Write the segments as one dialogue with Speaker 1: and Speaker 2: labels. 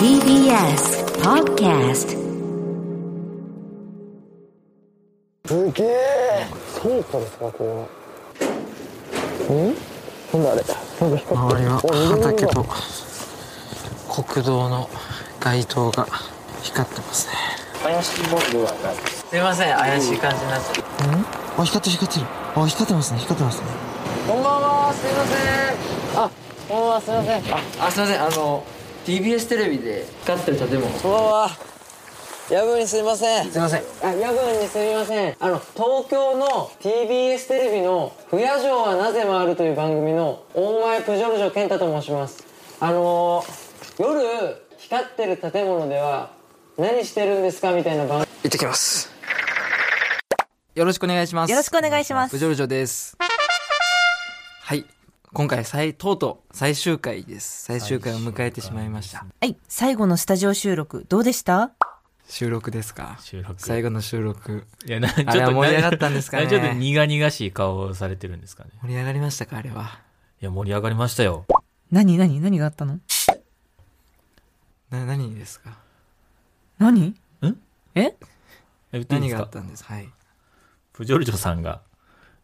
Speaker 1: TBS Podcast
Speaker 2: すげえそうかですかこれんなんだあれなん
Speaker 3: 周りは
Speaker 2: か光ってお緑
Speaker 3: 畑
Speaker 2: 色
Speaker 3: と
Speaker 2: だ
Speaker 3: 国道の街灯が光ってますね
Speaker 2: 怪しいボールはない
Speaker 3: すいません怪しい感じになっちゃったあ光ってる光ってるあ光ってますね光ってますね
Speaker 2: こんばんはすいませんあこんばんはすいませんあ
Speaker 3: あすいませんあの TBS テレビで光ってる建物
Speaker 2: こんばんは夜分にすいません
Speaker 3: すいません
Speaker 2: あ夜分にすみませんあの東京の TBS テレビの「不夜城はなぜ回る」という番組の大前プジョルジョ健太と申しますあのー、夜光ってる建物では何してるんですかみたいな番
Speaker 3: 行ってきますよろしくお願いします
Speaker 4: よろしくお願いします
Speaker 3: ブジョルジョですはい今回最とうとう最終回です最終回を迎えてしまいました
Speaker 4: はい、最後のスタジオ収録、どうでした
Speaker 3: 収録ですか
Speaker 5: 収録
Speaker 3: 最後の収録
Speaker 5: いや、な、ちょっ
Speaker 3: あれは
Speaker 5: と
Speaker 3: 盛り上がったんですかね
Speaker 5: なちょっと苦々しい顔をされてるんですかね。
Speaker 3: 盛り上がりましたかあれはい
Speaker 5: や、盛り上がりましたよ。
Speaker 4: 何何何があったの
Speaker 3: な何ですか
Speaker 4: 何え
Speaker 5: え言っていいで
Speaker 3: 何
Speaker 5: す
Speaker 3: があっ
Speaker 5: か
Speaker 3: たんですはい
Speaker 5: プジョルジョさんが、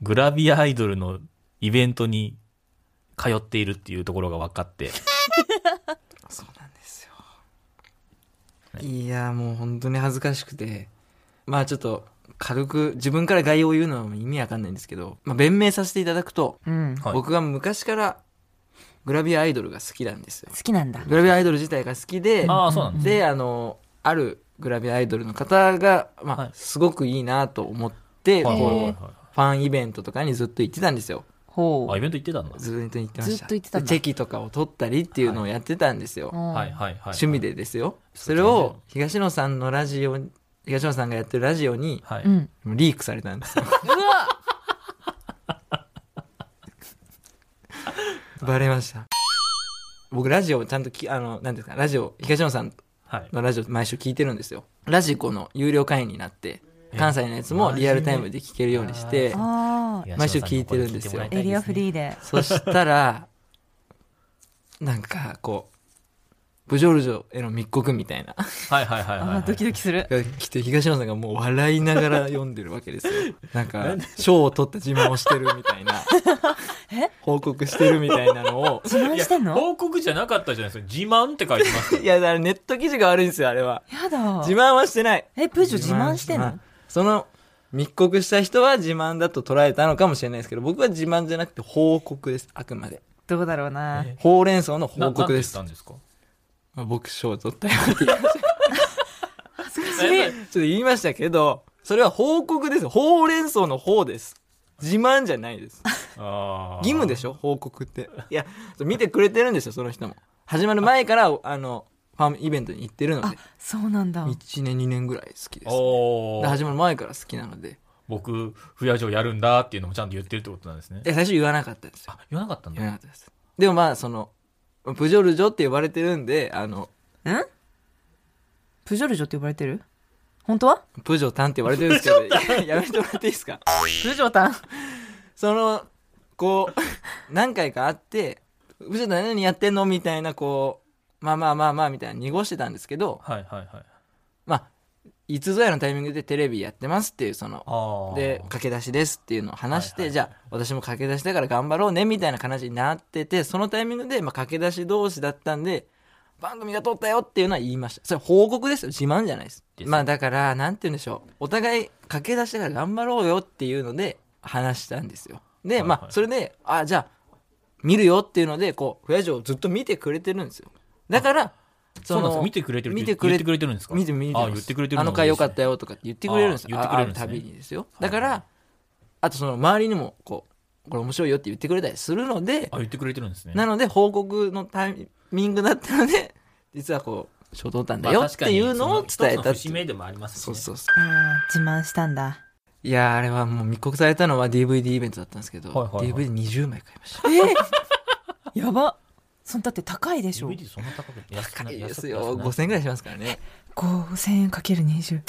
Speaker 5: グラビアアイドルのイベントに通っているっていうところが分かって、
Speaker 3: そうなんですよ。いや、もう本当に恥ずかしくて。まあちょっと、軽く、自分から概要を言うのは意味わかんないんですけど、まあ弁明させていただくと、
Speaker 4: うん。好
Speaker 5: はい
Speaker 3: 僕が昔からグラビアアイドルが好きなんですよ。
Speaker 4: きなんだ。
Speaker 3: グラビアアイドル自体が好きで、
Speaker 5: ああ、そうなんです。
Speaker 3: で、あの、あるグラビアアイドルの方が、ま
Speaker 5: はい
Speaker 3: あ、すごくいいなと思って、
Speaker 5: はいはいはい
Speaker 3: こう
Speaker 5: はい
Speaker 3: ファンイベントとかにずっと行ってたんですよ。
Speaker 4: ほ
Speaker 5: あ、イベント行ってたんだ。
Speaker 3: ずっと行ってました。
Speaker 4: ずっと行ってたんだ
Speaker 3: でチェキとかを取ったりっていうのをやってたんですよ。
Speaker 4: う。うん
Speaker 5: はい、はい、はい。
Speaker 3: 趣味。でですよ、そ
Speaker 5: そう
Speaker 3: れ
Speaker 5: ですね
Speaker 3: を東野さんのラジオに東野さんがやってるラジオに
Speaker 5: はい。
Speaker 4: うん。
Speaker 3: リークされたんですよ
Speaker 4: うわ
Speaker 3: バレました僕ラジオちゃんときあのなんていうんですかラジオ東野さん
Speaker 5: はい。
Speaker 3: のラジオ毎週聞いてるんですよラジコの有料会員になって関西のやつもリアルタイムで聞けるようにして
Speaker 4: あー
Speaker 3: 毎週聞いてるんですよ
Speaker 4: エリアフリーで。
Speaker 3: そしたらなんかこうブジョルジョへの密告みたいな
Speaker 5: ー。はい、はい、はい。は
Speaker 4: あードキ
Speaker 5: い
Speaker 4: ドキする。
Speaker 3: が来て東野さんがもう笑いながら読んでるわけ ですよなんか賞を取った自慢をしてるみたいな報告してるみたいなのを
Speaker 4: 自慢してんの
Speaker 5: 報告じゃなかったじゃないですか。自慢って書いてます よ。
Speaker 3: いやだからネット記事が悪いんですよあれは
Speaker 4: やだ
Speaker 3: 自。慢はしてない
Speaker 4: え、プージョ自慢してんの
Speaker 3: その密告した人は自慢だと捉えたのかもしれないですけど僕は自慢じゃなくて報告ですあくまで
Speaker 4: どうだろうな。
Speaker 3: ほうれん草の
Speaker 5: な
Speaker 3: 報告です
Speaker 5: なんて言ったんです
Speaker 3: まあ僕賞取ったよって言いましたちょ
Speaker 5: かえ
Speaker 3: っと言いましたけどそれは報告ですほうれん草の方です自慢じゃないです
Speaker 5: あー
Speaker 3: 義務でしょ報告って。いや、見てくれてるんですよ、その人も。始まる前から、あの、ファンイベントに行ってるの
Speaker 4: あ
Speaker 3: で。、
Speaker 4: そうなんだ。
Speaker 3: 1年、2年ぐらい好きです。
Speaker 5: お
Speaker 3: で
Speaker 5: ー
Speaker 3: 始まる前から好きなので。
Speaker 5: 僕、不夜城やるんだっていうのもちゃんと言ってるってことなんですね
Speaker 3: い。や、最初言わなかったですよ。
Speaker 5: あ、言わなかったんだ
Speaker 3: 言。わなかったです。でもまあ、その、プジョルジョって呼ばれてるんで、あの、
Speaker 4: んプジョルジョって呼ばれてる本当は
Speaker 3: プジョタンって呼ばれてるんですけ ど、いややめてもらっていいですか
Speaker 4: プジョタン。
Speaker 3: その、こう、何回か会って、プジョタン何やってんのみたいな、こう、まあまあまあまあみたいな濁してたんですけど、
Speaker 5: はい、はい、はい。
Speaker 3: まあ、いつぞやのタイミングでテレビやってますっていう、その、
Speaker 5: ああ。
Speaker 3: で、駆け出しですっていうのを話して、
Speaker 5: はいはい
Speaker 3: じゃあ、私も駆け出しだから頑張ろうね、みたいな話になってて、そのタイミングで、まあ、駆け出し同士だったんで、番組が撮ったよっていうのは言いました。それ報告ですよ。自慢じゃないです。
Speaker 5: ですね
Speaker 3: まあ、だから、なんて言うんでしょう。お互い駆け出しだから頑張ろうよっていうので、話したんですよ。で、
Speaker 5: はい
Speaker 3: まあ、それで、あ、じゃあ、見るよっていうので、こう、不夜城をずっと見てくれてるんですよ。だから、
Speaker 5: そうなんです
Speaker 3: の
Speaker 5: か見てくれてるって
Speaker 3: 見
Speaker 5: 言
Speaker 3: て
Speaker 5: て
Speaker 3: く
Speaker 5: く
Speaker 3: れ
Speaker 5: れてくれてるんですか
Speaker 3: 見て見てま
Speaker 5: あ
Speaker 3: す
Speaker 5: 言ってくれてる
Speaker 3: あの回良かった
Speaker 5: よ。
Speaker 3: よとかって言ってくれるんです
Speaker 5: あ言ってくれるんです
Speaker 3: あ
Speaker 5: ね
Speaker 3: あるたびにですよ
Speaker 5: い
Speaker 3: だから、あとその周りにもこうこれ面白いよって言ってくれたりするので
Speaker 5: あ、言ってくれてるんですね。
Speaker 3: なので報告のタイミングだったので実はこう賞取ったん
Speaker 5: ま
Speaker 3: だ
Speaker 5: あ
Speaker 3: よっ
Speaker 5: 確か
Speaker 3: て
Speaker 5: に
Speaker 3: いうのを伝え
Speaker 5: その一つ
Speaker 3: た
Speaker 5: の
Speaker 3: って
Speaker 5: 節目でもありますし、
Speaker 3: そ
Speaker 5: ね、
Speaker 3: うそうそう
Speaker 4: あー自慢したんだ。
Speaker 3: いやーあれはもう密告されたのは DVD イベントだったんですけど、
Speaker 5: はいはいはい
Speaker 3: DVD20 枚買いました
Speaker 4: やば。そんだって高いでしょ。
Speaker 5: DVD そんな高くない安く
Speaker 3: 高
Speaker 5: な
Speaker 3: い
Speaker 5: い
Speaker 3: ですよ5000円ぐらいしますからね
Speaker 4: 5000円かける20。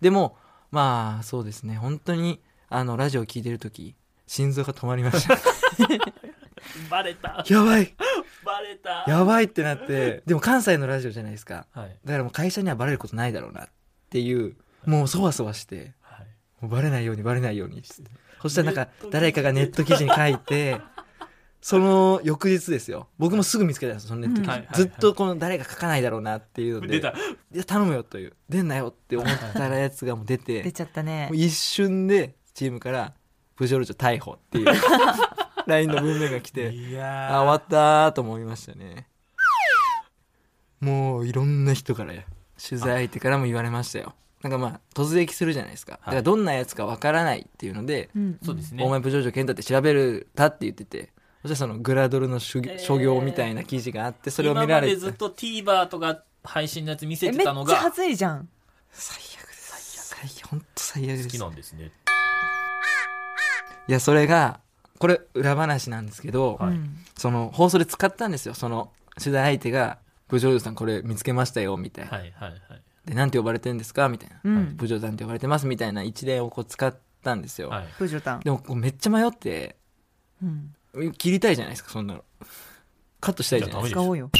Speaker 3: でもまあそうですね本当にあのラジオ聞いてる時心臓が止まりました
Speaker 5: バレた
Speaker 3: やばい
Speaker 5: バレた
Speaker 3: やばいってなってでも関西のラジオじゃないですか
Speaker 5: はい
Speaker 3: だからもう会社にはバレることないだろうなっていうもうそわそわして
Speaker 5: はい
Speaker 3: もうバレないようにバレないようにっつってそしたらなんか誰かがネット記事に書いてその翌日ですよ僕もすぐ見つけたんですよそのネット記
Speaker 5: うんはい
Speaker 3: 事、
Speaker 5: はいはい
Speaker 3: ずっとこの誰か書かないだろうなっていうので
Speaker 5: 出た
Speaker 3: いや頼むよという出んなよって思ったらやつがもう出 て
Speaker 4: 出ちゃったね
Speaker 3: もう。一瞬でチームから「プジョルジョ逮捕」っていう LINE の文面が来て
Speaker 5: いやー
Speaker 3: あ終わったーと思いましたねもういろんな人からや取材相手からも言われましたよなんかまあ突撃するじゃないですか、だからどんなやつかわからないっていうので
Speaker 4: うん。
Speaker 5: そうです
Speaker 3: 「
Speaker 5: ね
Speaker 3: 大前プジョルジョ健太って調べるた」って言っててそしたらそのグラドルの修所業みたいな記事があってそれを見られて
Speaker 5: 今までずっと TVer とか配信のやつ見せ
Speaker 4: え
Speaker 5: て
Speaker 4: めった
Speaker 5: の
Speaker 4: ちゃ
Speaker 5: が
Speaker 4: はずいじゃん。
Speaker 3: 最悪です最悪本当最悪で
Speaker 5: 好
Speaker 3: す
Speaker 5: きなんですね
Speaker 3: いやそれがこれ裏話なんですけど、
Speaker 5: はい
Speaker 4: うん
Speaker 3: その放送で使ったんですよその取材相手が「プジョルジョさんこれ見つけましたよ」みたいな、
Speaker 5: はいはいはい
Speaker 3: で「なんて呼ばれてるんですか?」みたいな「
Speaker 4: うん
Speaker 3: プジョルジョさんって呼ばれてます」みたいな一例をこう使ったんですよ、
Speaker 5: はい
Speaker 4: プジョタン。
Speaker 3: でもこうめっちゃ迷って
Speaker 4: うん。
Speaker 3: 切りたいじゃないですかそんなのカットしたいじゃないですか
Speaker 5: いいです
Speaker 4: 使おうよ。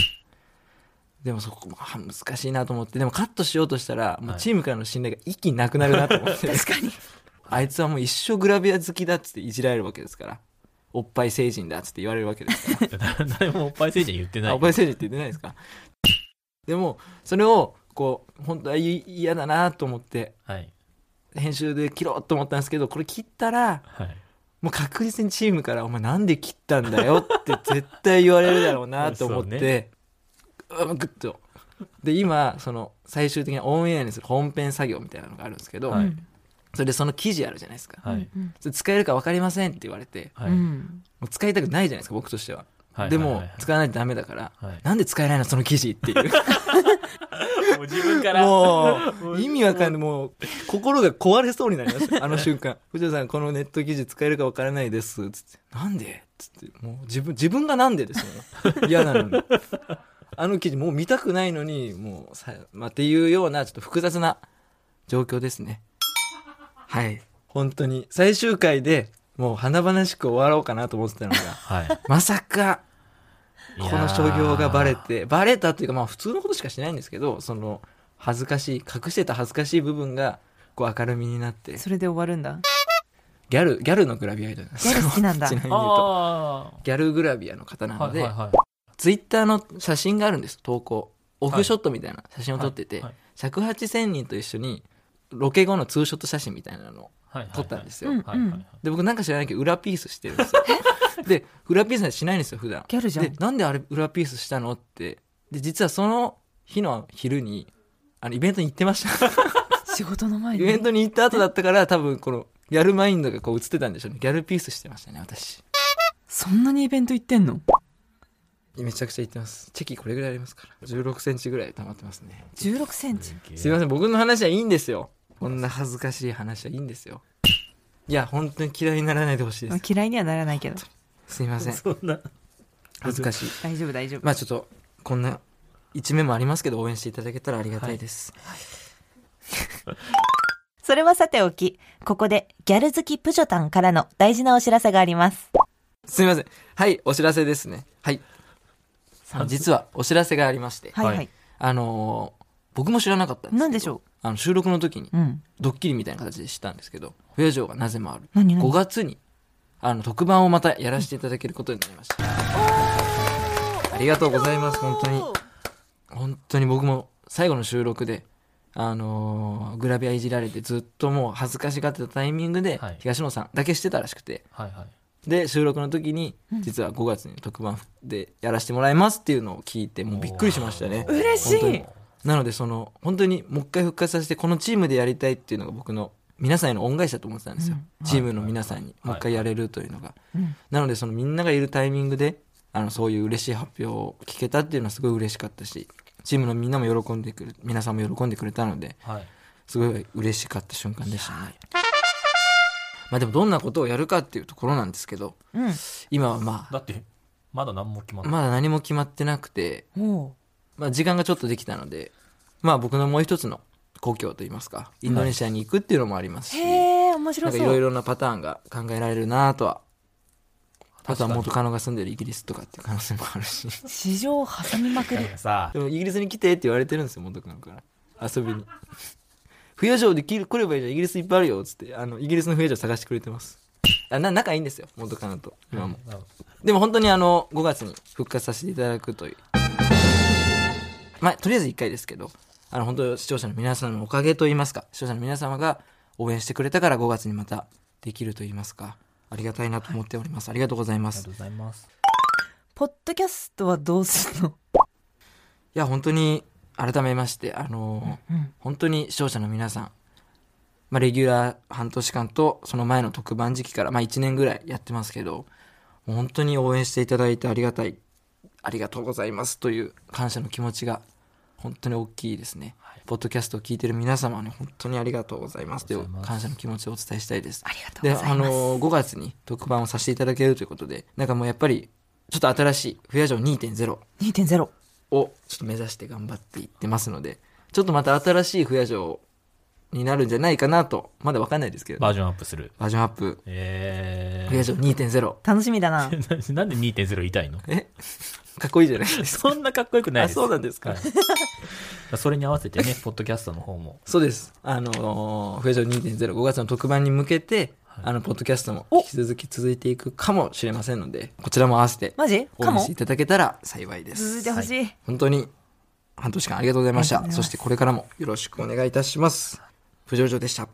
Speaker 3: でもそこもあ難しいなと思ってでもカットしようとしたらもうチームからの信頼が一気になくなるなと思って、
Speaker 4: 確かに。
Speaker 3: あいつはもう一生グラビア好きだっつっていじられるわけですからおっぱい成人だっつって言われるわけですから
Speaker 5: 誰もおっぱい聖人言ってな
Speaker 3: あ
Speaker 5: い
Speaker 3: おばあちゃんって言ってないですかでもそれをこう本当は嫌だなと思って
Speaker 5: はい
Speaker 3: 編集で切ろうと思ったんですけどこれ切ったら
Speaker 5: はい
Speaker 3: もう確実にチームから「お前なんで切ったんだよ」って絶対言われるだろうなと思っ
Speaker 5: そうね
Speaker 3: て うんグッとで今その最終的にオンエアにする本編作業みたいなのがあるんですけど、
Speaker 5: はい
Speaker 3: それでその記事あるじゃないですか、
Speaker 5: はい
Speaker 3: それ使えるか分かりませんって言われて
Speaker 5: は
Speaker 4: う
Speaker 5: い
Speaker 4: ん。
Speaker 3: もう使いたくないじゃないですか僕としては,、
Speaker 5: はい
Speaker 3: で
Speaker 5: はい
Speaker 3: も
Speaker 5: はいはい
Speaker 3: 使わないとダメだから、
Speaker 5: はい
Speaker 3: なんで使えないのその記事っていう
Speaker 5: もう自分から
Speaker 3: もう、意味わかんない。もう、心が壊れそうになりま した。あの瞬間。藤田さん、このネット記事使えるかわからないです。つって。なんでつって。もう、自分、自分がなんでですよ。嫌なのに。あの記事、もう見たくないのに、もう、さ、まあ、っていうような、ちょっと複雑な状況ですね。はい。本当に、最終回で、もう、華々しく終わろうかなと思ってたのが、
Speaker 5: はい
Speaker 3: まさか、
Speaker 5: いやー
Speaker 3: この商業がバレてバレたっていうかまあ普通のことしかしないんですけどその恥ずかしい隠してた恥ずかしい部分がこう明るみになって
Speaker 4: それで終わるんだ。
Speaker 3: ギャルギャルのグラビアアイドルなんですよ
Speaker 4: ギャル好きなんだ
Speaker 3: ちなみに言うと
Speaker 5: あ
Speaker 3: ギャルグラビアの方な
Speaker 5: あは
Speaker 3: の
Speaker 5: い
Speaker 3: で、
Speaker 5: はいはい
Speaker 3: ツイッターの写真があるんです投稿オフショットみたいな写真を撮ってて、
Speaker 5: はいはい
Speaker 3: 尺八仙人と一緒にロケ後のツーショット写真みたいなのを
Speaker 5: はいはい
Speaker 3: 撮ったんですよ、
Speaker 4: うん
Speaker 5: はいはいはい
Speaker 3: で僕なんか知らないけど裏ピースしてるんですよで裏ピースなんてしないんですよ普段
Speaker 4: ギャルじゃん
Speaker 3: でなんであれ裏ピースしたのってで実はその日の昼にあのイベントに行ってました
Speaker 4: 仕事の前
Speaker 3: イ
Speaker 4: に。
Speaker 3: ベントに行った後だったから多分このギャルマインドがこう映ってたんでしょうねギャルピースしてましたね私
Speaker 4: そんなにイベント行ってんの
Speaker 3: めちゃくちゃ行ってますチェキこれぐらいありますから1 6ンチぐらい溜まってますね
Speaker 4: ?16 センチ。
Speaker 3: すいません僕の話はいいんですよこんな恥ずかしい話はいいんですよいや本当に嫌いにならないでほしい
Speaker 4: ま
Speaker 3: で
Speaker 4: あ嫌いにはならないけど。
Speaker 3: すすいません
Speaker 5: そんな
Speaker 3: 恥ずかしい
Speaker 4: 大丈夫、大丈夫。
Speaker 3: まあちょっとこんな一面もありますけど応援していただけたらありがたいです、
Speaker 6: それはさておき、ここでギャル好きプジョタンからの大事なお知らせがあります。
Speaker 3: すみませんはいお知らせですねはいあの実はお知らせがありまして、
Speaker 4: はいはい。
Speaker 3: あのー僕も知らなかったんですけど
Speaker 4: なんでしょ
Speaker 3: あの収録の時に
Speaker 4: うん。
Speaker 3: ドッキリみたいな形でしたんですけど「不夜城がなぜ回る」
Speaker 4: 何何
Speaker 3: 5月にあの特番をまたやらせていただけることになりましたありがとうございます本当に本当に僕も最後の収録であのーグラビアいじられてずっともう恥ずかしがってたタイミングで
Speaker 5: はい
Speaker 3: 東野さんだけしてたらしくて、
Speaker 5: はいはい
Speaker 3: で収録の時に実は5月に特番でやらせてもらいますっていうのを聞いてもうびっくりしましたね
Speaker 4: 嬉しい
Speaker 3: 本当になのでその本当にもう一回復活させてこのチームでやりたいっていうのが僕の皆さんへの恩返しだと思ってたんですよ、チームの皆さんにもう一回やれるというのが、なのでそのみんながいるタイミングであの、そういう嬉しい発表を聞けたっていうのはすごい嬉しかったし、チームのみんなも喜んでくれ、皆さんも喜んでくれたので、
Speaker 5: はい。
Speaker 3: すごい嬉しかった瞬間でしたね。まあでもどんなことをやるかっていうところなんですけど、
Speaker 6: うん。
Speaker 3: 今はま
Speaker 5: だって、まだ何も決まっ
Speaker 3: あ、
Speaker 5: て
Speaker 3: まだ何も決まってなくて、
Speaker 6: おう
Speaker 3: まあ時間がちょっとできたので、まあ僕のもう一つの故郷といいますか、インドネシアに行くっていうのもありますし、
Speaker 6: へえ、面
Speaker 3: な
Speaker 6: 白
Speaker 3: ん
Speaker 6: そ
Speaker 3: か
Speaker 6: う。
Speaker 3: いろいろなパターンが考えられるなとは。あとは
Speaker 5: 確かに
Speaker 3: 元カノが住んでるイギリスとかっていう可能性もあるし。
Speaker 6: 市場を挟みまく
Speaker 5: だ
Speaker 6: る。
Speaker 5: からさ
Speaker 3: で、もイギリスに来てって言われてるんですよ、元カノから。遊びに。 不夜城で来る来ればいいじゃん、イギリスいっぱいあるよ、つって。あの、イギリスの不夜城探してくれてます。あな仲いいんですよ、元カノと。今も。でも本当にあの、5月に復活させていただくという。まあ、とりあえず1回ですけど、あの、本当視聴者の皆様のおかげと言いますか、視聴者の皆様が応援してくれたから5月にまたできると言いますか、ありがたいなと思っております。ありがとうございま
Speaker 5: ありが
Speaker 3: す
Speaker 5: と。うございます。
Speaker 6: ポッドキャストはどうすんの
Speaker 3: いや本当に改めましてあのー本当に視聴者の皆さん、まあ、レギュラー半年間とその前の特番時期から、まあ、1年ぐらいやってますけどもう本当に応援していただいてありがたいありがとうございますという感謝の気持ちが本当に大きいですね、ポッドキャストを聞いてる皆様に本当にありがとうございますという感謝の気持ちをお伝えしたいです
Speaker 6: ありがとうございます
Speaker 3: であのー5月に特番をさせていただけるということでなんかもうやっぱりちょっと新しい「不夜城2.0」
Speaker 6: ?2.0。
Speaker 3: をちょっと目指して頑張っていってますので、ちょっとまた新しい不夜城になるんじゃないかなと、まだわかんないですけど、
Speaker 5: バージョンアップする。
Speaker 3: バージョンアップ、
Speaker 5: え
Speaker 3: 不夜城2.0。
Speaker 6: 楽しみ だな。
Speaker 5: ー。なんで2.0言いたいの
Speaker 3: えかっこいいじゃないですか。
Speaker 5: そんなかっこよくないです。
Speaker 3: あそうなんですか
Speaker 5: はいそれに合わせてね、ポッドキャストの方も。
Speaker 3: そうです。あのー、不夜城2.0、5月の特番に向けて、あの、ポッドキャストも引き続き続いていくかもしれませんので、こちらも合わせて、
Speaker 6: マジ
Speaker 3: 応
Speaker 6: か
Speaker 3: 援
Speaker 6: も
Speaker 3: していただけたら幸いで
Speaker 6: 続い
Speaker 3: す。
Speaker 6: てほしい。
Speaker 3: 本当に、半年間ありがとうございました。そしてこれからもよろしくお願いいたします。不条城でした。